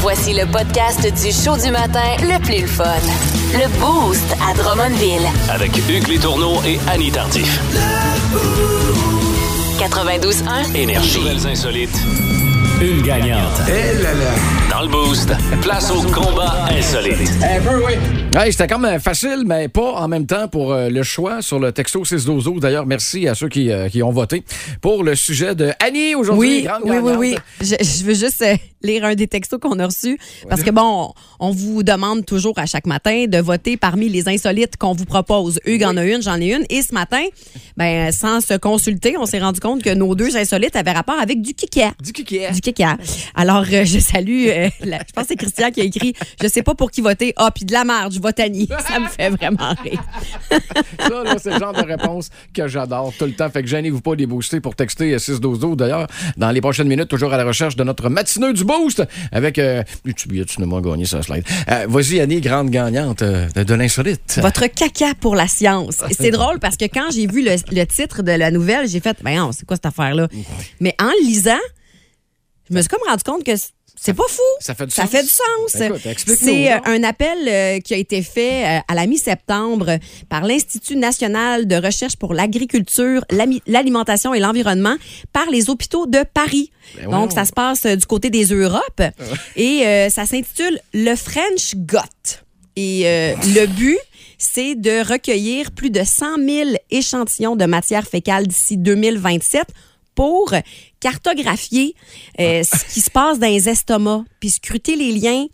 Voici le podcast du show du matin le plus le fun. Le Boost à Drummondville. Avec Hugues Létourneau et Annie Tardif. 92.1. Énergie. Nouvelles insolites. Une gagnante. Eh là là. Dans le boost, place au combat insolite. Un peu, oui. Ouais, c'était comme euh, facile, mais pas en même temps pour euh, le choix sur le texto 612. D'ailleurs, merci à ceux qui, euh, qui ont voté pour le sujet de Annie aujourd'hui. Oui, grande oui, oui, gagnante. oui. Je, je veux juste euh, lire un des textos qu'on a reçus parce que bon, on vous demande toujours à chaque matin de voter parmi les insolites qu'on vous propose. Hugues en a une, j'en ai une. Et ce matin, ben, sans se consulter, on s'est rendu compte que nos deux insolites avaient rapport avec du kika. Du qui qui est. Du kika. Alors, euh, je salue, euh, la- je pense que c'est Christian qui a écrit « Je sais pas pour qui voter. Ah, puis de la merde, je vote Annie. » Ça me fait vraiment rire. Ça, là, c'est le genre de réponse que j'adore tout le temps. Fait que gênez-vous pas les booster pour texter euh, 612. D'ailleurs, dans les prochaines minutes, toujours à la recherche de notre matineux du boost avec euh, tu billet, tu ne m'as gagné ça slide. Euh, voici Annie, grande gagnante euh, de, de l'insolite. Votre caca pour la science. Ah, Et C'est drôle parce que quand j'ai vu le, le titre de la nouvelle, j'ai fait, ben non, c'est quoi cette affaire-là? Mais en le lisant, je me suis comme rendu compte que c- c'est pas fou. ça fait du ça sens. Fait du sens. Ben écoute, explique-nous, c'est euh, donc. un appel euh, qui a été fait euh, à la mi-septembre par l'Institut national de recherche pour l'agriculture, l'ami- l'alimentation et l'environnement par les hôpitaux de Paris. Ben voyons. Donc, ça se passe euh, du côté des Europes et euh, ça s'intitule Le French Got. Et euh, le but, c'est de recueillir plus de 100 000 échantillons de matière fécale d'ici 2027 pour cartographier euh, ce qui se passe dans les estomacs, puis scruter les liens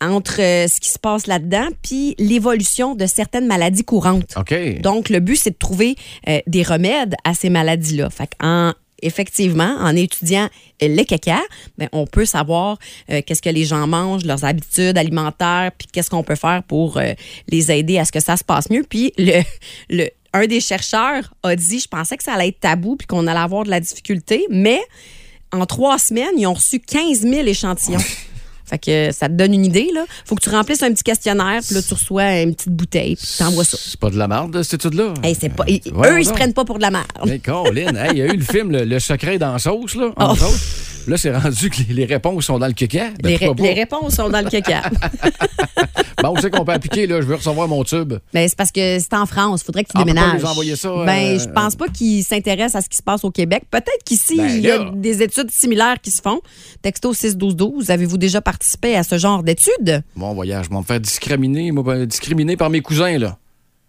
entre euh, ce qui se passe là-dedans, puis l'évolution de certaines maladies courantes. OK. Donc, le but, c'est de trouver euh, des remèdes à ces maladies-là. Fait qu'en- Effectivement, en étudiant euh, les caca, ben, on peut savoir euh, qu'est-ce que les gens mangent, leurs habitudes alimentaires, puis qu'est-ce qu'on peut faire pour euh, les aider à ce que ça se passe mieux. Puis le, le, un des chercheurs a dit, je pensais que ça allait être tabou, puis qu'on allait avoir de la difficulté, mais en trois semaines, ils ont reçu 15 000 échantillons. Fait que ça te donne une idée, là. Faut que tu remplisses un petit questionnaire, puis là, tu reçois une petite bouteille, puis tu t'envoies ça. C'est pas de la marde, cette étude-là. Hey, c'est pas, ils- voyons eux, ils se donc. prennent pas pour de la merde. Mais Colin, hey, il y a eu le film Le, Le secret dans la sauce, là, entre Oh. autres. Là, c'est rendu que les, les réponses sont dans le caca. Ben, les, ré- pourquoi pas? les réponses sont dans le caca. Bon, on sait qu'on peut appliquer, là. Je veux recevoir mon tube. Mais c'est parce que c'est en France. Faudrait que tu Ah, on peut pas déménages. nous envoyer ça, ben, euh, je pense pas qu'ils s'intéressent à ce qui se passe au Québec. Peut-être qu'ici, Ben, il y a là. des études similaires qui se font. Texto 61212, avez-vous déjà participé à ce genre d'études? Mon voyage, je vais me faire discriminer, moi, ben, discriminer par mes cousins, là.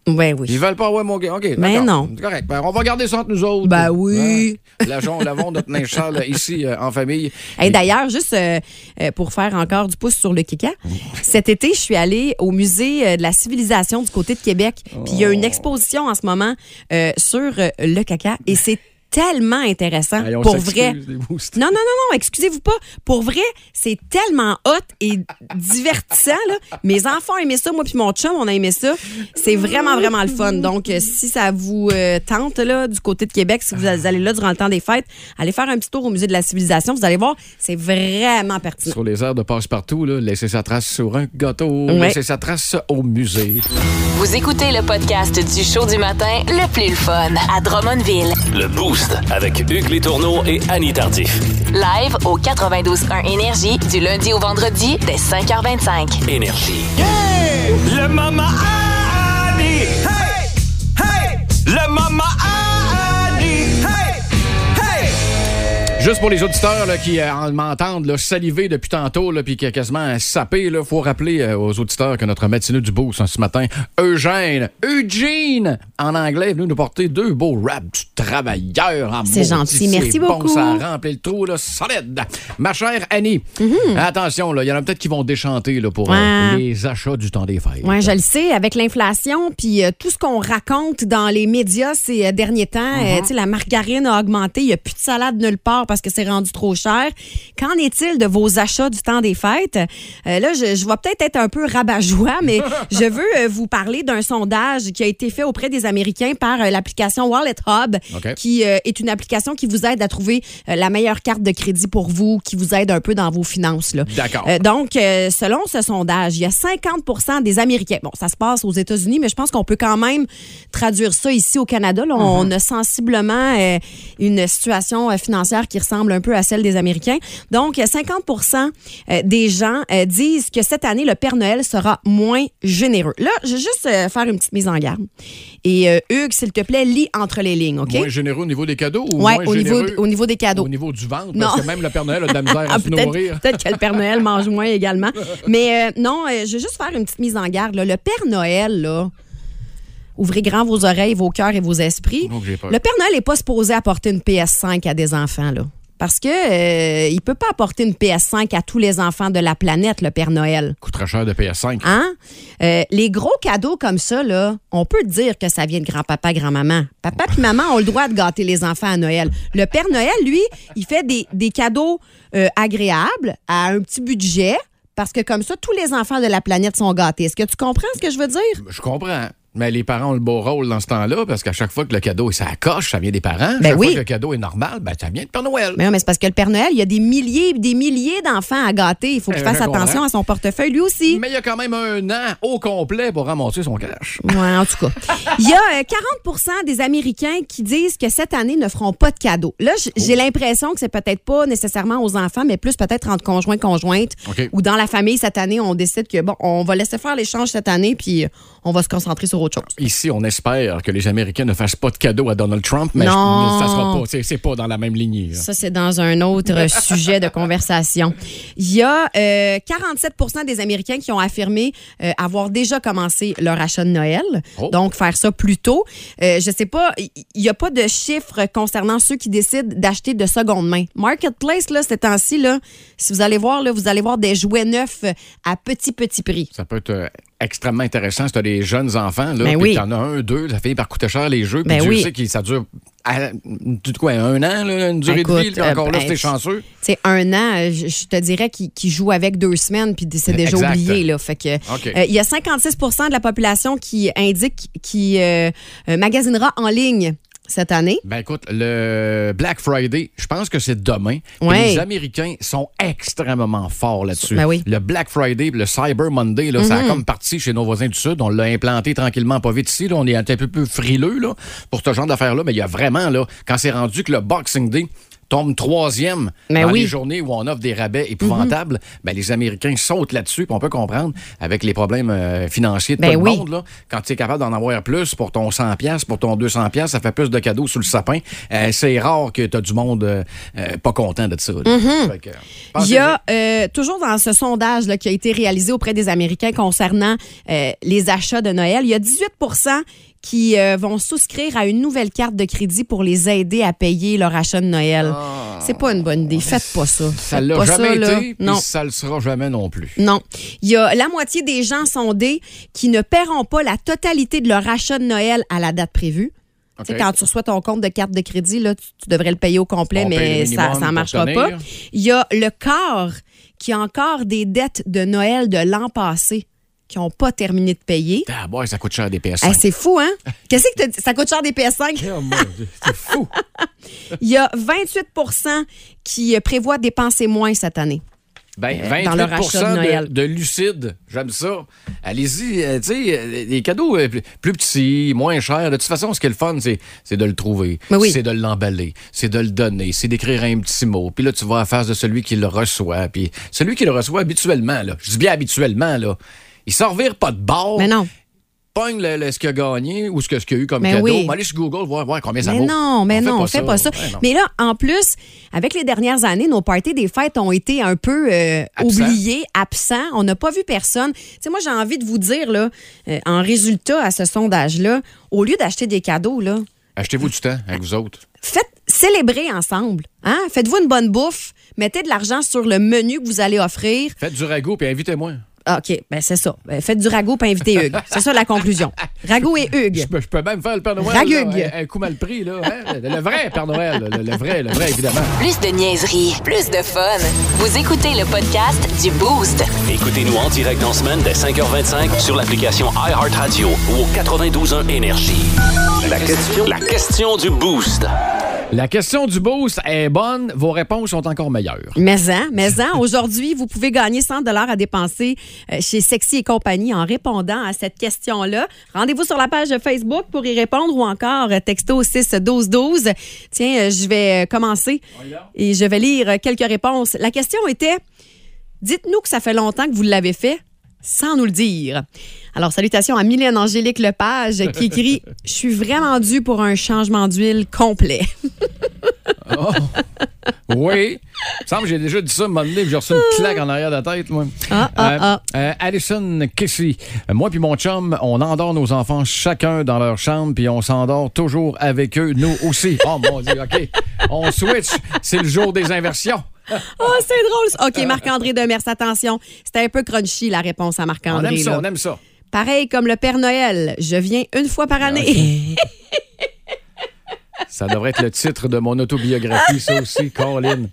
Ben oui. Ils veulent pas avoir mon gars. OK. Mais d'accord. non. C'est correct. Ben, on va garder ça entre nous autres. Ben oui. Hein? Lâchons- lavons notre linge sale ici, euh, en famille. Hey, D'ailleurs, juste euh, euh, pour faire encore du pouce sur le kika, cet été, je suis allée au musée euh, de la civilisation du côté de Québec. Puis il y a Oh. une exposition en ce moment euh, sur euh, le caca et c'est tellement intéressant Hey, on pour s'excuse, vrai. les boostés. Non, non, non, non, excusez-vous pas. Pour vrai, c'est tellement hot et divertissant. Là. Mes enfants aimaient ça, moi puis mon chum, on a aimé ça. C'est vraiment, vraiment le fun. Donc, euh, si ça vous euh, tente, là, du côté de Québec, si vous allez là durant le temps des fêtes, allez faire un petit tour au Musée de la Civilisation. Vous allez voir, c'est vraiment pertinent. Sur les airs de passe-partout, là, laisser sa trace sur un gâteau, Ouais. laisser sa trace au musée. Vous écoutez le podcast du show du matin le plus le fun à Drummondville. Le boost avec Hugues Létourneau et Annie Tardif. Live au 92.1 Énergie du lundi au vendredi dès 5h25. Énergie. Le Mama Annie. Hey! Hey! Le Mama Annie. Hey! Hey! Juste pour les auditeurs là, qui euh, en- m'entendent là, saliver depuis tantôt, là, puis qui a quasiment sapé, il faut rappeler euh, aux auditeurs que notre matineux du beau ce matin, Eugène, Eugene, en anglais, est venu nous porter deux beaux raps du travailleur. en C'est maudit, gentil, c'est merci bon, beaucoup. Ça a rempli le trou là, solide. Ma chère Annie, attention, là, il y en a peut-être qui vont déchanter là, pour euh, Mhm. Ouais. les achats du temps des fêtes. Oui, je le sais, avec l'inflation, puis euh, tout ce qu'on raconte dans les médias ces euh, derniers temps, Mhm. euh, tu sais, la margarine a augmenté, il n'y a plus de salade nulle part parce que c'est rendu trop cher. Qu'en est-il de vos achats du temps des fêtes? Euh, là, je, je vais peut-être être un peu rabat-joie, mais je veux euh, vous parler d'un sondage qui a été fait auprès des Américains par euh, l'application Wallet Hub, OK. qui euh, est une application qui vous aide à trouver euh, la meilleure carte de crédit pour vous, qui vous aide un peu dans vos finances. Là. D'accord. Euh, donc, euh, selon ce sondage, il y a 50 des Américains. Bon, ça se passe aux États-Unis, mais je pense qu'on peut quand même traduire ça ici au Canada. là. On a sensiblement euh, une situation euh, financière qui qui ressemble un peu à celle des Américains. Donc, 50 euh, des gens euh, disent que cette année, le Père Noël sera moins généreux. Là, je vais juste euh, faire une petite mise en garde. Et euh, Hugues, s'il te plaît, lis entre les lignes, OK? Moins généreux au niveau des cadeaux ou Ouais, moins au niveau, généreux au niveau des cadeaux. au niveau du ventre? Non. Parce que même le Père Noël a de la misère Ah, à se peut-être, nourrir. peut-être que le Père Noël mange moins également. Mais euh, non, euh, je vais juste faire une petite mise en garde. là. Le Père Noël, là, ouvrez grand vos oreilles, vos cœurs et vos esprits. Donc, j'ai peur. Le Père Noël n'est pas supposé apporter une PS5 à des enfants, là. Parce que euh, il peut pas apporter une PS5 à tous les enfants de la planète, le Père Noël. Coûtera cher de PS5. Hein? Euh, les gros cadeaux comme ça, là, on peut dire que ça vient de grand-papa, grand-maman. Papa et maman ont le droit de gâter les enfants à Noël. Le Père Noël, lui, il fait des, des cadeaux euh, agréables à un petit budget parce que comme ça, tous les enfants de la planète sont gâtés. Est-ce que tu comprends ce que je veux dire? Je comprends. Mais les parents ont le beau rôle dans ce temps-là parce qu'à chaque fois que le cadeau, ça coche, ça vient des parents. Ben chaque oui. fois que le cadeau est normal, ben, ça vient de Père Noël. Mais non, mais c'est parce que le Père Noël, il y a des milliers des milliers d'enfants à gâter. Il faut qu'il Eh, fasse je comprends. attention à son portefeuille lui aussi. Mais il y a quand même un an au complet pour ramasser son cash. Ouais, en tout cas. Il y a euh, 40 des Américains qui disent que cette année ne feront pas de cadeaux. Là, j- j'ai l'impression que c'est peut-être pas nécessairement aux enfants, mais plus peut-être entre conjoints, conjointes. OK. Ou dans la famille, cette année, on décide que, bon, on va laisser faire l'échange cette année, puis euh, on va se concentrer sur autre chose. Ici, on espère que les Américains ne fassent pas de cadeaux à Donald Trump, mais Non. je- ça sera pas, c'est- c'est pas dans la même lignée. là. Ça, c'est dans un autre sujet de conversation. Il y a euh, 47 des Américains qui ont affirmé euh, avoir déjà commencé leur achat de Noël. Oh. Donc, faire ça plus tôt. Euh, je sais pas, il n'y a pas de chiffres concernant ceux qui décident d'acheter de seconde main. Marketplace, là, ces temps-ci, là, si vous allez voir, là, vous allez voir des jouets neufs à petit, petit prix. Ça peut être euh, extrêmement intéressant si tu as des jeunes enfants, là, Ben puis oui. t'en as un, deux, ça finit par coûter cher les jeux, puis Ben Dieu oui. sait que ça dure à- de quoi, un an, là, une durée de vie, Écoute, puis encore euh, là, ben, si t'es chanceux. C'est un an, euh, je je te dirais qu'ils qu'ils jouent avec deux semaines, puis c'est déjà Exact. oublié. Là, fait que, OK. euh, il y a 56 de la population qui indique qui euh, euh, magasinera en ligne cette année. Ben écoute, le Black Friday, je pense que c'est demain. Puis Ouais. Les Américains sont extrêmement forts là-dessus. Ben oui. Mm-hmm. Le Black Friday, puis le Cyber Monday, là, ça a comme parti chez nos voisins du Sud. On l'a implanté tranquillement, pas vite ici. là. On est un petit peu plus frileux là, pour ce genre d'affaires-là. Mais il y a vraiment, là, quand c'est rendu que le Boxing Day tombe troisième Ben dans oui. Mm-hmm. les journées où on offre des rabais épouvantables, ben les Américains sautent là-dessus. Puis on peut comprendre, avec les problèmes euh, financiers de Ben tout le oui. monde, là, quand tu es capable d'en avoir plus pour ton 100 pièces, pour ton 200 pièces, ça fait plus de cadeaux sous le sapin. Euh, c'est rare que tu as du monde euh, euh, pas content de ça. là. Fait que, Il Mm-hmm. y a euh, toujours dans ce sondage là, qui a été réalisé auprès des Américains concernant euh, les achats de Noël, il y a 18 qui euh, vont souscrire à une nouvelle carte de crédit pour les aider à payer leur achat de Noël. C'est pas une bonne idée. Faites pas ça. Ah. ça Faites l'a pas jamais ça, là. été, puis Non. ça le sera jamais non plus. Non. Il y a la moitié des gens sondés qui ne paieront pas la totalité de leur achat de Noël à la date prévue. OK. Tu sais, quand tu reçois ton compte de carte de crédit, là, tu, tu devrais le payer au complet, On paye mais le ça minimum ne pour marchera tenir. pas. Il y a le corps qui a encore des dettes de Noël de l'an passé qui n'ont pas terminé de payer. Ah, boy, ça coûte cher des PS5. Hey, c'est fou, hein? Qu'est-ce que t'as dit? ça coûte cher des PS5? Oh, mon Dieu, c'est fou. Il y a 28 qui euh, prévoient dépenser moins cette année. Ben, Euh, dans leur 28 achat de de, Noël. de lucide. J'aime ça. Allez-y, euh, tu sais, euh, des cadeaux euh, plus, plus petits, moins chers. De toute façon, ce qui est le fun, c'est c'est de le trouver. Mais Ben oui. C'est de l'emballer. C'est de le donner. C'est d'écrire un petit mot. Puis là, tu vas à la face de celui qui le reçoit. Puis celui qui le reçoit habituellement, là. Je dis bien habituellement, là. Il s'en revire pas de bord. Mais non. Pogne le, le- ce qu'il a gagné ou ce que- ce qu'il a eu comme Mais cadeau. oui. Va aller sur Google, voir, voir combien ça Mais vaut. non, mais On non, on fait pas ça. Ouais, non. mais là, en plus, avec les dernières années, nos parties des fêtes ont été un peu euh, Absents. oubliées, absents. On n'a pas vu personne. Tu sais, moi, j'ai envie de vous dire, là, euh, en résultat à ce sondage-là, au lieu d'acheter des cadeaux, là, Achetez-vous du temps avec vous autres. faites célébrer ensemble. Hein? Faites-vous une bonne bouffe. Mettez de l'argent sur le menu que vous allez offrir. Faites du ragoût, puis invitez-moi. OK, ben c'est ça. Ben, Faites du ragoût pour inviter Hugues. C'est ça la conclusion. Ragoût et Je Hugues. peux, je peux même faire le Père Noël. Ragugue. là, un, un coup mal pris, là. hein? Le, le vrai Père Noël. Le, le vrai, le vrai, évidemment. Plus de niaiserie, plus de fun. Vous écoutez le podcast du Boost. Écoutez-nous en direct en semaine dès 5h25 sur l'application iHeartRadio ou au 92.1 Énergie. La question, la question du boost. La question du boost est bonne. Vos réponses sont encore meilleures. Mais en, mais en, aujourd'hui, vous pouvez gagner 100 dollars à dépenser euh, chez Sexy et compagnie en répondant à cette question-là. Rendez-vous sur la page de Facebook pour y répondre ou encore euh, texto 6 12 12. Tiens, euh, je vais euh, commencer et je vais lire euh, quelques réponses. La question était Dites-nous que ça fait longtemps que vous l'avez fait sans nous le dire. Alors, salutations à Mylène Angélique Lepage qui écrit Je suis vraiment due pour un changement d'huile complet. Oui. Il me semble que j'ai déjà dit ça un moment donné, puis j'ai reçu une claque en arrière de la tête, moi. Ah, ah, Euh, ah. euh, Alison Kissy. Euh, Moi puis mon chum, on endort nos enfants chacun dans leur chambre, puis on s'endort toujours avec eux, nous aussi. Oh mon Dieu, OK. On switch. C'est le jour des inversions. Oh, c'est drôle. ça. OK, Marc-André Demers, attention. C'était un peu crunchy, la réponse à Euh. On aime Marc-André. ça, là. on aime ça. Pareil comme le Père Noël, je viens une fois par année. Ça devrait être le titre de mon autobiographie, ça aussi, Colin.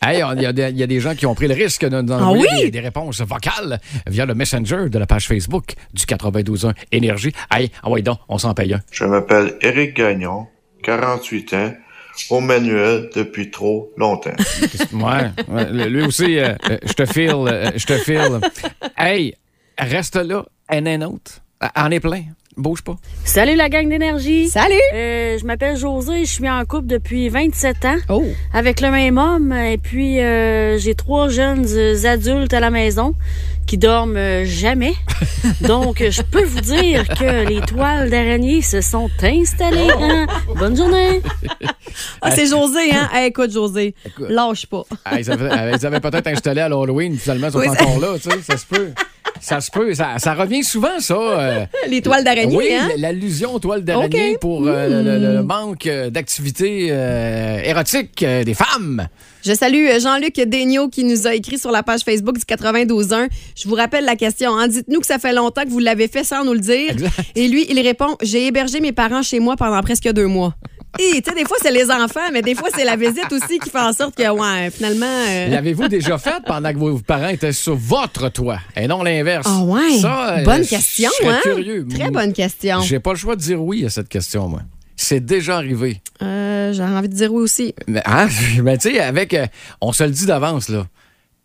Hey, on- il y, a des- il y a des gens qui ont pris le risque de nous envoyer Ah oui? des, des réponses vocales via le Messenger de la page Facebook du 92.1 Énergie. Hey, ah ouais, donc, on s'en paye un. Je m'appelle Éric Gagnon, 48 ans, au manuel depuis trop longtemps. Ouais, ouais, lui aussi, euh, euh, je te file, euh, je te file. Hey, reste là, en un autre. Ah, En est plein, bouge pas. Salut la gang d'énergie. Salut! Euh, je m'appelle José, je suis en couple depuis 27 ans Oh, avec le même homme et puis euh, j'ai trois jeunes euh, adultes à la maison qui dorment euh, jamais. Donc euh, je peux vous dire que les toiles d'araignée se sont installées. hein. Bonne journée. Ah, c'est José, hein? Hey, écoute, José, Euh, Écoute. lâche pas. Ah, ils avaient, euh, ils avaient peut-être installé à l'Halloween, finalement, ils sont Oui, ça- encore là, tu sais, ça se peut. Ça se peut, ça, ça revient souvent, ça. euh, Les toiles d'araignée, oui, hein? l- l'allusion aux toiles d'araignée Ok. Hmm. pour euh, le- le, le manque euh, d'activité euh, érotique euh, des femmes. Je salue euh, Jean-Luc Daigneault qui nous a écrit sur la page Facebook du 92.1. Je vous rappelle la question. hein. Dites-nous que ça fait longtemps que vous l'avez fait sans nous le dire. Exact. Et lui, il répond J'ai hébergé mes parents chez moi pendant presque deux mois. Et tu sais, des fois, c'est les enfants, mais des fois, c'est la visite aussi qui fait en sorte que, ouais, finalement. euh, L'avez-vous déjà faite pendant que vos parents étaient sur votre toit et non l'inverse? Ah ouais. Ça, euh, bonne je question, serais hein? curieux. Très bonne question. J'ai pas le choix de dire oui à cette question, moi. C'est déjà arrivé. Euh, J'ai envie de dire oui aussi. Mais, hein, mais tu sais, avec. euh, on se le dit d'avance, là.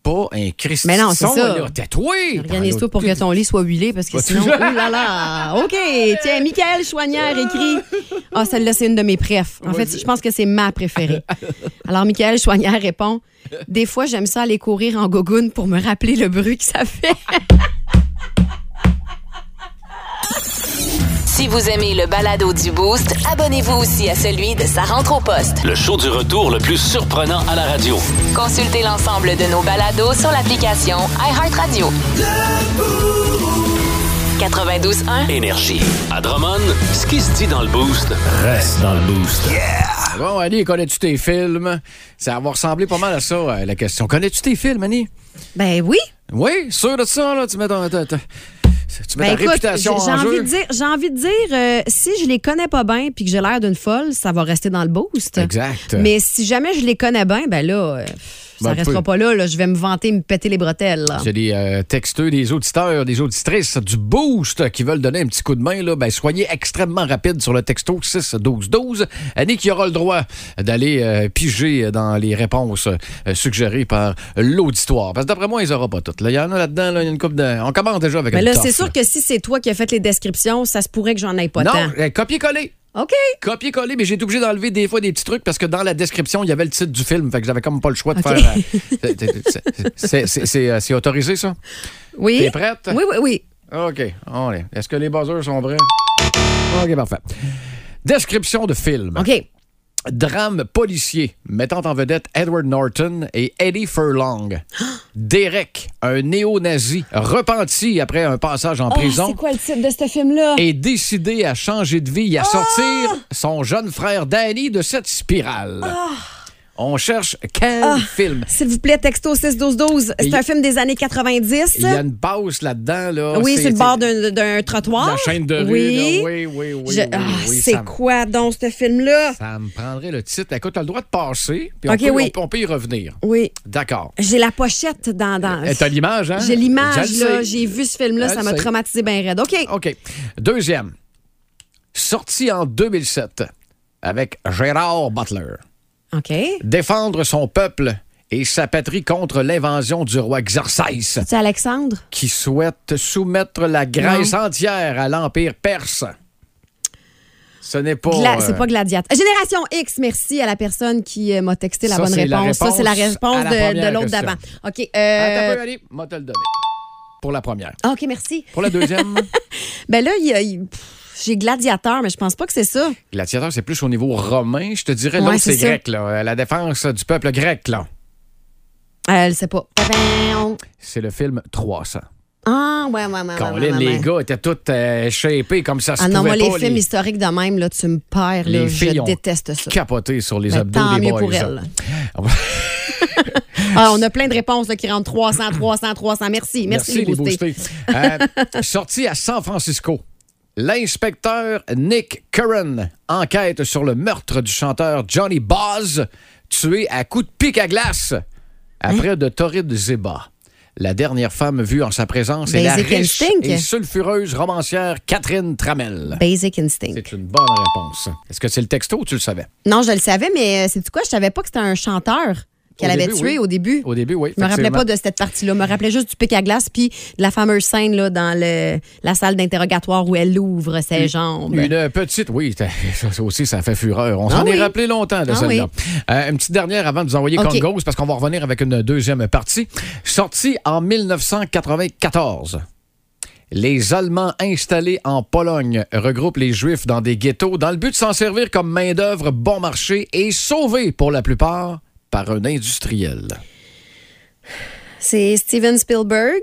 Pas un Christ. Mais non, c'est ça. Là, tatoué. Organise-toi pour que ton lit soit huilé parce que Pas sinon, toujours. oh là là. OK, tiens, Michael Choignard écrit. Ah, celle-là, c'est une de mes préf. En fait, je pense que c'est ma préférée. Alors, Michael Choignard répond Des fois, j'aime ça aller courir en gogoune pour me rappeler le bruit que ça fait. Si vous aimez le balado du Boost, abonnez-vous aussi à celui de sa rentre au poste. Le show du retour le plus surprenant à la radio. Consultez l'ensemble de nos balados sur l'application iHeartRadio. 92.1, Énergie. À Drummond, ce qui se dit dans le boost reste dans le boost. Ah, Bon, Annie, connais-tu tes films? Ça va ressembler pas mal à ça, euh, la question. Connais-tu tes films, Annie? Ben oui. Oui, sûr de ça, là. Tu mets, ton- ta- ta- tu mets Ben écoute, ta j'ai j'ai réputation en envie jeu. de dire, j'ai envie de dire euh, si je les connais pas bien puis que j'ai l'air d'une folle, ça va rester dans le boost. Exact. Mais si jamais je les connais bien, ben là, euh, ça Ben, restera peu. pas là, là. Je vais me vanter, me péter les bretelles. là. C'est des euh, texteux, des auditeurs, des auditrices du Boost qui veulent donner un petit coup de main. Là, ben, soyez extrêmement rapide sur le texto 6 12 12. Annie qui aura le droit d'aller euh, piger dans les réponses euh, suggérées par l'auditoire. Parce que d'après moi, ils n'auront pas toutes. là. Il y en a là-dedans, là, il y a une coupe de... On commence déjà avec Mais une là, toffe, c'est sûr que si c'est toi qui as fait les descriptions, ça se pourrait que j'en aille pas Non, tant. euh, copier-coller. OK. Copier-coller, mais j'ai été obligé d'enlever des fois des petits trucs parce que dans la description, il y avait le titre du film. Fait que j'avais comme pas le choix de OK. faire. euh, c'est- c'est- c'est- c'est- C'est euh, c'est autorisé, ça? Oui. T'es prête? Oui, oui, oui. OK, on est. Est-ce que les buzzers sont vrais? OK, parfait. Description de film. OK. Drame policier mettant en vedette Edward Norton et Eddie Furlong. Derek, un néo-nazi repenti après un passage Oh, en prison quoi le titre de ce film-là? et décidé à changer de Ah! vie et à sortir son jeune frère Danny de cette spirale. Ah! On cherche quel film. S'il vous plaît, texto 61212. Il C'est y- un film des années 90. Il y a une pause là-dedans. Là. oui, C'est- sur le bord c'est- d'un d'un trottoir. La chaîne de rue. Oui. là. Oui, oui, oui. Je- oui, Ah, oui, ça c'est me- quoi donc ce film-là? Ça me prendrait le titre. Écoute, t'as le droit de passer, puis on, Ok, peut, oui. on, on peut y revenir. Oui. D'accord. J'ai la pochette dans. dans... Eh, T'as l'image, hein? Ah, J'ai l'image, Je le là. sais. J'ai vu ce film-là. Je Ça le m'a sais. Oh. traumatisé bien raide. OK. OK. Deuxième. Sorti en 2007 avec Gérard Butler. OK. Défendre son peuple et sa patrie contre l'invasion du roi Xerxès, C'est Alexandre? qui souhaite soumettre la Grèce entière à l'Empire perse. Ce n'est pas. Gla- euh, C'est pas gladiateur. Génération X, merci à la personne qui euh, m'a texté la Ça, bonne c'est la réponse. Ça, c'est la réponse réponse à la de, de première l'autre question. d'avant. Ah, OK. euh, Attends, un peu, allez, moi, te le donner. Pour la première. ah, OK, merci. Pour la deuxième, Ben là, il y a- il- pff, j'ai gladiateur, mais je pense pas que c'est ça. Euh, gladiateur, c'est plus au niveau romain, je te dirais. Ouais, L'autre, c'est c'est ça. grec, là. Euh, La défense du peuple grec, là. Elle sait pas. Ben, on- C'est le film 300. Ah, ouais, ouais, ouais. ouais, Colin, ouais, ouais, les ouais. gars étaient tous euh, shapés comme ça se Ah non, moi, pouvait les pas, films historiques de même, là, tu me perds. là. Les filles Je ont déteste ça. capotés sur les Ben, abdos tant des mieux boys. pour elle. Ah, on a plein de réponses là, qui rentrent 300, 300, 300. Merci. Merci, les boostés. boostés. Euh, sorti à San Francisco, l'inspecteur Nick Curran enquête sur le meurtre du chanteur Johnny Boz, tué à coups de pic à glace Hein? après de torrides ébats. La dernière femme vue en sa présence est la Basic riche Instinct. et sulfureuse romancière Catherine Tramel. Basic Instinct. C'est une bonne réponse. Est-ce que c'est le texto ou tu le savais? Non, je le savais, mais c'est du quoi? Je savais pas que c'était un chanteur qu'elle Au avait début, tué oui. au début. Au début, oui. Je me rappelais pas effectivement. de cette partie-là. Je me rappelais juste du pic à glace puis de la fameuse scène là, dans le, la salle d'interrogatoire où elle ouvre ses jambes. Une euh, petite, oui, ça ça aussi, ça fait fureur. On Ben. Ah s'en oui. est rappelé longtemps de Ah celle-là. Euh, une petite dernière avant de vous envoyer OK. Congos, parce qu'on va revenir avec une deuxième partie. Sortie en 1994. Les Allemands installés en Pologne regroupent les Juifs dans des ghettos dans le but de s'en servir comme main-d'œuvre bon marché et sauvés pour la plupart par un industriel. C'est Steven Spielberg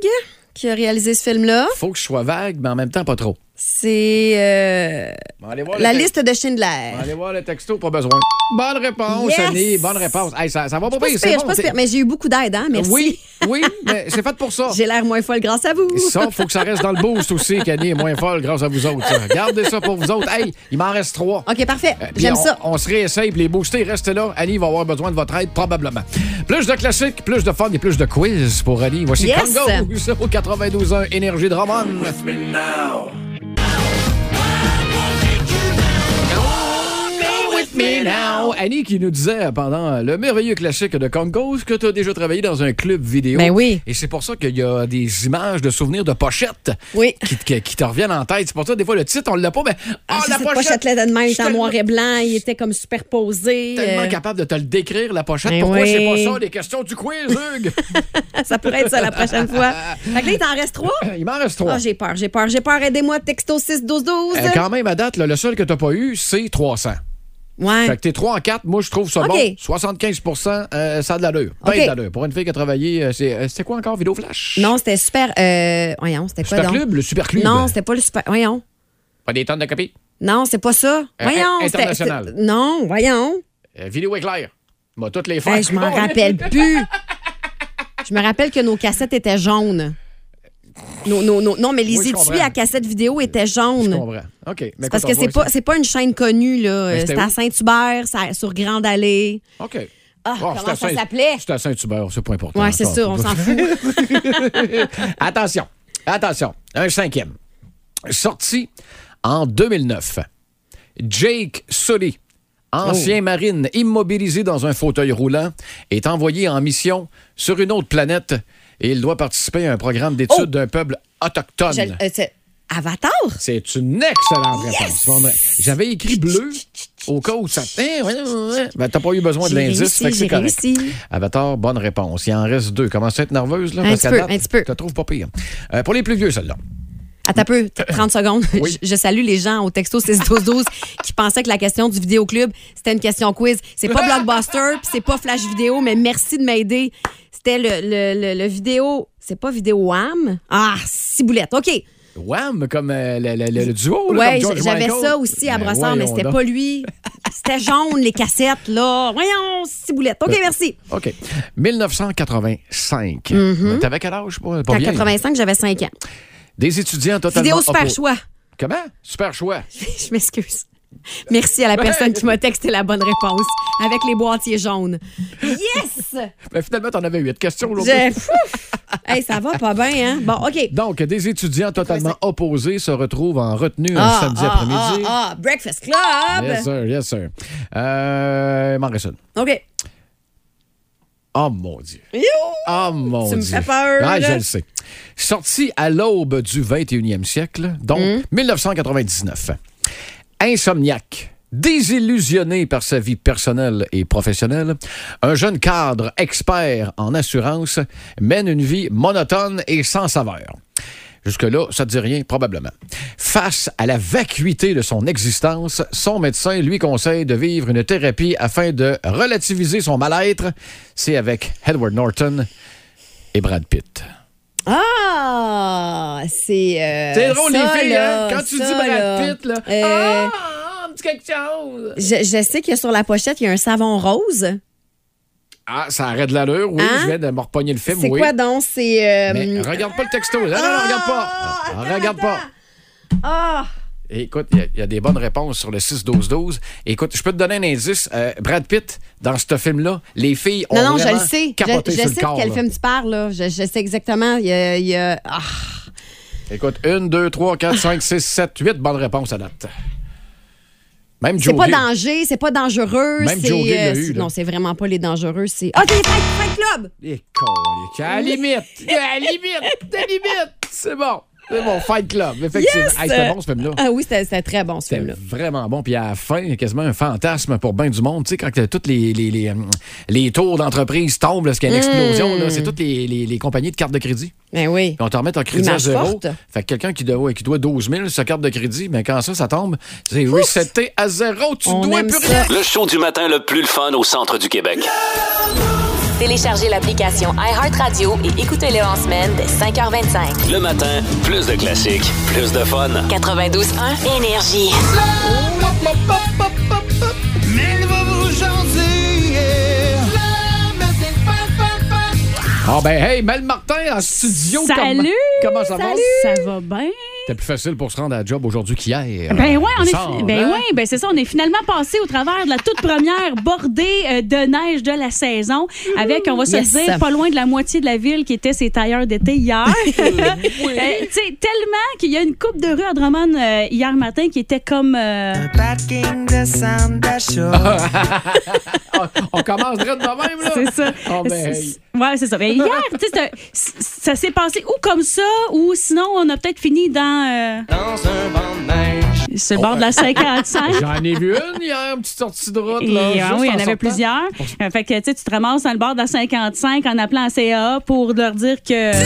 qui a réalisé ce film-là. Faut que je sois vague, mais en même temps pas trop. C'est euh, Bon, allez voir le la texte. liste de Schindler. Allez voir le texto, pas besoin. Bonne réponse, Yes! Annie. Bonne réponse. Hey, ça, ça va pas Pas pire, si pire, c'est je bon. suis pas si pire, mais j'ai eu beaucoup d'aide, hein? Merci. Oui, oui, mais c'est fait pour ça. J'ai l'air moins folle grâce à vous. Ça, faut que ça reste dans le boost aussi, qu'Annie est moins folle grâce à vous autres. ça. Gardez ça pour vous autres. Hey, il m'en reste trois. OK, parfait. Euh, puis J'aime on, ça. On se réessaye, puis les boostés, restez là. Annie va avoir besoin de votre aide, probablement. Plus de classiques, plus de fun et plus de quiz pour Annie. Voici Yes! Congo au 92.1 Énergie de Roman. Annie qui nous disait pendant le merveilleux classique de Congo que tu as déjà travaillé dans un club vidéo. Ben oui. Et c'est pour ça qu'il y a des images de souvenirs de pochettes Oui. qui, qui- qui te reviennent en tête. C'est pour ça, des fois, le titre, on l'a pas, mais. Ah, Ah, la cette pochette-là de même, Je il suis était en tellement- noir et blanc, il était comme superposé. tellement euh, capable de te le décrire, la pochette. Ben Pourquoi oui. c'est pas ça, les questions du quiz, Hugues? ça pourrait être ça la prochaine fois. Fait que là, il t'en reste trois? Ben, Il m'en reste trois. Ah, j'ai peur, j'ai peur, j'ai peur. Aidez-moi, texto 6 12 12. Euh, quand même, à date, là, le seul que t'as pas eu, c'est 300. Fait ouais. que t'es 3 en 4, moi, je trouve ça OK. bon. 75 euh, ça a de l'allure. Ben OK. de l'allure. Pour une fille qui a travaillé, euh, c'est euh, c'était quoi encore, Vidéo Flash? Non, c'était super. Euh, voyons, c'était quoi Super donc? Club, le Super Club. Non, c'était pas le super. Voyons. Pas des tonnes de copies. Non, c'est pas ça. Euh, Voyons. in- c'était- international. c'était- Non, voyons. Euh, vidéo éclair. Moi, toutes les fois. Hey, je m'en rappelle plus. Je me rappelle que nos cassettes étaient jaunes. Non, non, non, non mais les Oui, je étuis comprends. à cassette vidéo étaient Je jaunes. comprends. OK. mais C'est parce écoute, que on c'est va pas, c'est pas une chaîne connue, là. Mais Euh, c'était C'était à où? Saint-Hubert, ça- sur Grande Allée. OK. Ah, Oh, comment c'était à ça Saint- s'appelait? C'était à Saint-Hubert, c'est pas important. Ouais, c'est Ça, sûr, on s'en fout. Attention, attention. Un cinquième. Sorti en 2009. Jake Sully, Oh. ancien marine immobilisé dans un fauteuil roulant, est envoyé en mission sur une autre planète et il doit participer à un programme d'études Oh! d'un peuple Je- autochtone. euh, c'est- Avatar? C'est une excellente réponse. Bon, ben, J'avais écrit bleu au cas où ça. Hein, ouais, ouais, ouais. Ben, t'as pas eu besoin de J'ai l'indice, réussi, fait que c'est j'ai correct. réussi. Avatar, bonne réponse. Il en reste deux. Commence à être nerveuse, là, Un parce petit qu'à peu, date, un petit peu. Je te trouve pas pire. Euh, pour les plus vieux, celle-là. Attends un peu, t- 30 secondes. Oui. Je, je salue les gens au texto 61212 qui pensaient que la question du vidéoclub, c'était une question quiz. C'est pas Blockbuster, puis c'est pas Flash Vidéo, mais merci de m'aider. C'était le, le, le- le vidéo... C'est pas vidéo Wham? Ah, ciboulette. OK. Wham, comme euh, le, le- le- le duo. là, Ouais, comme George j'avais Michael. ça aussi à Ben, Brossard, mais voyons c'était donc. pas lui. C'était jaune, les cassettes, là. Voyons, ciboulette. Ben, OK, merci. OK. 1985. Mm-hmm. Mais Ben, T'avais quel âge? Pas, pas En vieille. 85, j'avais 5 ans. Des étudiants totalement. Vidéo super oppo- choix. Comment? Super choix. Je m'excuse. Merci à la Ben, personne qui m'a texté la bonne réponse avec les boîtiers jaunes. Yes! Ben, finalement, t'en avais huit questions. là. Je- Pouf! Hey, ça va pas bien, hein? Bon, OK. Donc, des étudiants totalement opposés se retrouvent en retenue un samedi ah, après-midi. ah, Breakfast Club! Yes, sir, yes, sir. Euh, il m'en reste une. OK. Oh mon Dieu. Yo! Oh mon Tu me Dieu. fais peur, Ah, là. je le sais. Sorti à l'aube du 21e siècle, donc Hum. 1999. Insomniaque. Désillusionné par sa vie personnelle et professionnelle, un jeune cadre expert en assurance mène une vie monotone et sans saveur. Jusque-là, ça ne dit rien, probablement. Face à la vacuité de son existence, son médecin lui conseille de vivre une thérapie afin de relativiser son mal-être. C'est avec Edward Norton et Brad Pitt. Ah! C'est. euh, C'est drôle, ça, les filles, là, hein? Quand tu ça, dis là. Brad Pitt, là. Euh, Ah, un petit quelque chose. Je, je sais que sur la pochette, il y a un savon rose. Eh Ah, ça arrête l'allure, oui. Hein? Je viens de me repogner le film, C'est oui. quoi donc? C'est. euh, Mais regarde pas le texto. Non, non, non, regarde pas. Ah, attends, regarde pas. attends. Ah! Écoute, il y a- il y, a des bonnes réponses sur le 6-12-12. Écoute, je peux te donner un indice. Euh, Brad Pitt, dans ce film-là, les filles ont Non, non, je vraiment le sais. Je, capoté je sur sais le corps. de quel là. film tu parles, là. Je, je sais exactement. Il y a. il y a- ah. Écoute, 1, 2, 3, 4, 5, 6, 7, 8 bonnes réponses à date. Même C'est Joe pas Hill. danger, c'est pas dangereux. Même c'est, Joe Gay l'a euh, eu, c'est- là. Non, c'est vraiment pas les dangereux. C'est. ah, OK, Fight, Fight Club! Les coliques. Eh, À la limite. À la limite. À la limite. C'est bon. C'est bon. Fight Club, effectivement. Yes! Hey, c'était bon, ce film-là. Ah oui, c'était, c'était très bon, ce C'était film-là. vraiment bon. Puis à la fin, il y a quasiment un fantasme pour bien du monde. Tu sais, quand euh, toutes les, les, les, hum, les tours d'entreprise tombent, là, parce qu'il y a une explosion, Hmm. là, c'est toutes les, les, les compagnies de cartes de crédit. Ben oui. Puis on te remet ton crédit à Image zéro. forte. Fait que quelqu'un qui doit, qui doit 12 000 sa carte de crédit, mais quand ça, ça tombe, c'est reseté à zéro. Tu On dois aime plus ça. rien. Le show du matin le plus le fun au centre du Québec. Téléchargez l'application iHeartRadio et écoutez-le en semaine dès 5h25. Le matin, plus de classiques, plus de fun. 92.1 Énergie. Ah ben, hey, Mel Martin en studio. comme- Salut! Comment ça va? Ça va bien? C'était plus facile pour se rendre à la job aujourd'hui qu'hier. Ben ouais, on Il est, semble, ben hein? ouais, ben c'est ça, on est finalement passé au travers de la toute première bordée euh, de neige de la saison, avec on va se Yes. le dire pas loin de la moitié de la ville qui était ses tailleurs d'été hier. Euh, Tu sais, tellement qu'il y a une coupe de rue à Drummond euh, hier matin qui était comme euh, On commence direct de même, là. c'est ça. Ah ben, C'est- hey. ouais, c'est ça. Mais hier, tu sais, c'est un- c- ça s'est passé ou comme ça ou sinon on a peut-être fini dans euh, ce bord de la 55. J'en ai vu une hier, une petite sortie de route. Hein? Et, Là, ouais, juste oui, il y en sortant. avait plusieurs. Euh, fait que tu sais, tu te ramasses dans le bord de la 55 en appelant à CAA pour leur dire que.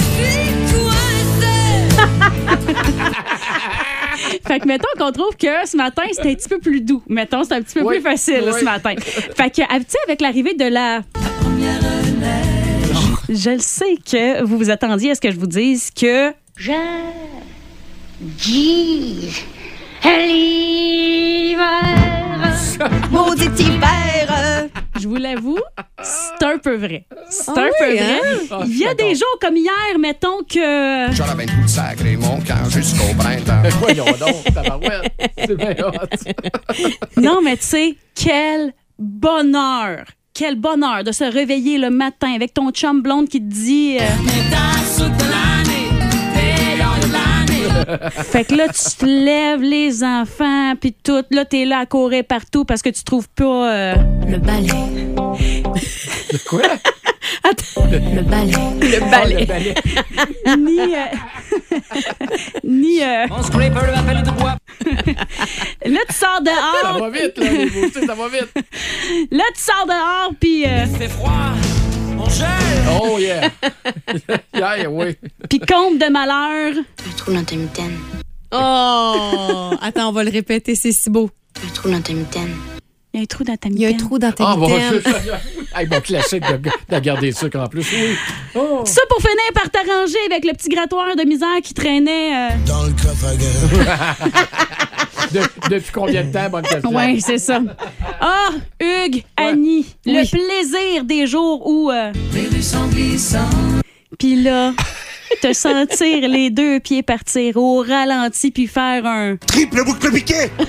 Fait que mettons qu'on trouve que ce matin, c'était un petit peu plus doux. Mettons, c'est un petit peu Oui, plus facile oui. ce matin. Fait que, ah, tu sais, avec l'arrivée de la. Je- Je le sais que vous vous attendiez à ce que je vous dise que. Maudit hiver! euh. Je vous l'avoue, c'est un peu vrai. C'est Ah un peu oui, vrai. Ah, Il y a des jours comme hier, mettons que. J'en avais une de sacré mon camp jusqu'au printemps. Voyons donc, tabarouette. C'est bien hot. Non, mais tu sais, quel bonheur! Quel bonheur de se réveiller le matin avec ton chum blonde qui te dit. euh, fait que là, tu te lèves, les enfants, puis tout. Là, t'es là à courir partout parce que tu trouves pas. euh, Quoi? Ah, Le balai. ni. euh, ni. euh, là, tu Ça sors dehors. va vite, là, les boostés, ça va vite. Là, tu sors dehors, puis. euh, Oh, yeah. yeah, oui. puis comble de malheur. Un trou dans ta mitaine. Oh! Attends, on va le répéter, c'est si beau. Un trou dans ta mitaine. Il y a un trou dans ta Il y a un mitaine. trou dans ta Ah, bon, mitaine. hey, bon classique de, de garder ça en plus. Oui. Ça pour finir par t'arranger avec le petit grattoir de misère qui traînait. euh, De- depuis combien de temps, bonne question? Ouais, c'est ça. Ah, Hugues, Annie, le plaisir des jours où. euh, Puis là, te sentir les deux pieds partir au ralenti puis faire un. Triple boucle piqué! Oui,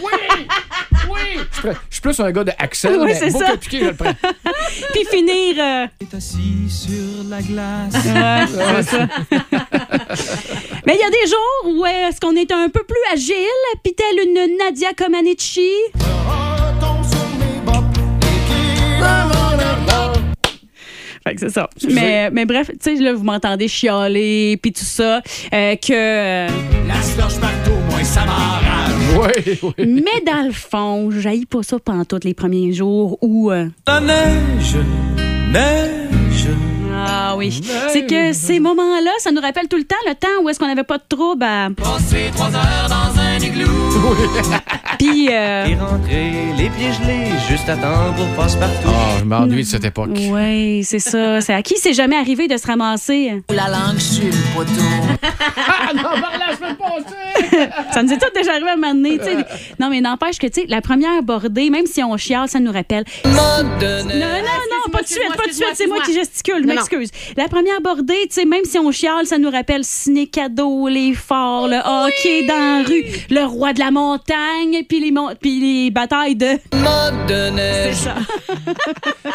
Je suis prêt- je suis plus un gars de Axel, Oui, mais c'est beaucoup ça. piqué, je le prends. Puis finir. euh, Ouais, c'est ça. Mais il y a des jours où euh, est-ce qu'on est un peu plus agile, puis telle une Nadia Comaneci. Fait que c'est ça. Mais, mais bref, tu sais, là, vous m'entendez chialer, puis tout ça, euh, que... Oui, oui. Mais dans le fond, je jaillis pas ça pendant tous les premiers jours où... euh, Ah oui. C'est que ces moments-là, ça nous rappelle tout le temps le temps où est-ce qu'on n'avait pas de trouble à... Puis... euh, Ah, je m'ennuie de cette époque. Oui, c'est ça. C'est à qui c'est jamais arrivé de se ramasser? euh, La langue sur le poteau. Ah, non, par la semaine passée! Ça nous est tout déjà arrivé à un moment donné. tu sais. Non, mais n'empêche que, tu sais, la première bordée, même si on chiale, ça nous rappelle. Non, non, non, pas de suite, pas de suite. C'est moi qui gesticule, je Non, m'excuse. La première bordée, tu sais, même si on chiale, ça nous rappelle ciné cadeau, les forts, le hockey dans la rue, le roi de la montagne, puis les, mon- puis les batailles de. C'est ça.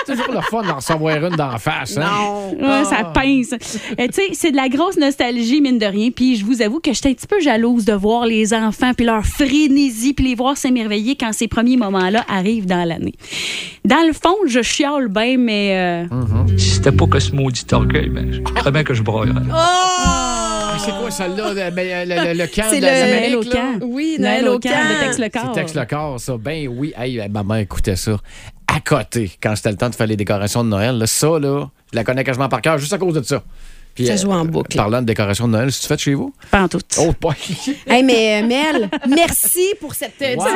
C'est toujours le fun d'en recevoir une d'en face. Hein? Non. Ouais, ça pince. Euh, tu sais, c'est de la grosse nostalgie, mine de rien. Puis je vous avoue que j'étais un petit peu jalouse de voir les enfants, puis leur frénésie, puis les voir s'émerveiller quand ces premiers moments-là arrivent dans l'année. Dans le fond, je chiale bien, mais... euh, Si c'était pas que ce maudit orgueil, ben, je crois bien que je broyerais. Mais Ah, C'est quoi celle-là? Le, ben, le, le, le camp C'est de Euh, le- l'Amérique, Noël au là? camp. Oui, Noël, au camp. de Tex le corps. C'est texte le corps, ça. Ben oui, hey, maman écoutait ça. À côté, quand c'était le temps de faire les décorations de Noël, là, ça, là, je la connais quasiment par cœur juste à cause de ça. Puis, Ça euh, joue en boucle. Parlant de décorations de Noël, si tu fais de chez vous? Pas en tout. Oh, boy! Hey, mais euh, Mel, merci pour cette petite Wow. ce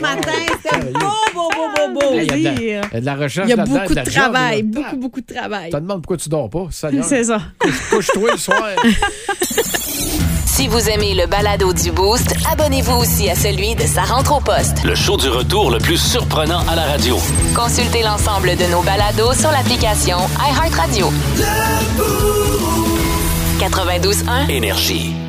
matin. C'était beau, beau, beau, beau, beau. Hey, Il y, a de la- plaisir. il y a de la recherche Il y a là-dedans, beaucoup de la job, travail, là. beaucoup, beaucoup de travail. Je te demande pourquoi tu dors pas. Seigneur. C'est ça. Couche-toi le soir. Si vous aimez le balado du Boost, abonnez-vous aussi à celui de Sa rentre au poste. Le show du retour le plus surprenant à la radio. Consultez l'ensemble de nos balados sur l'application iHeartRadio. 92.1 Énergie.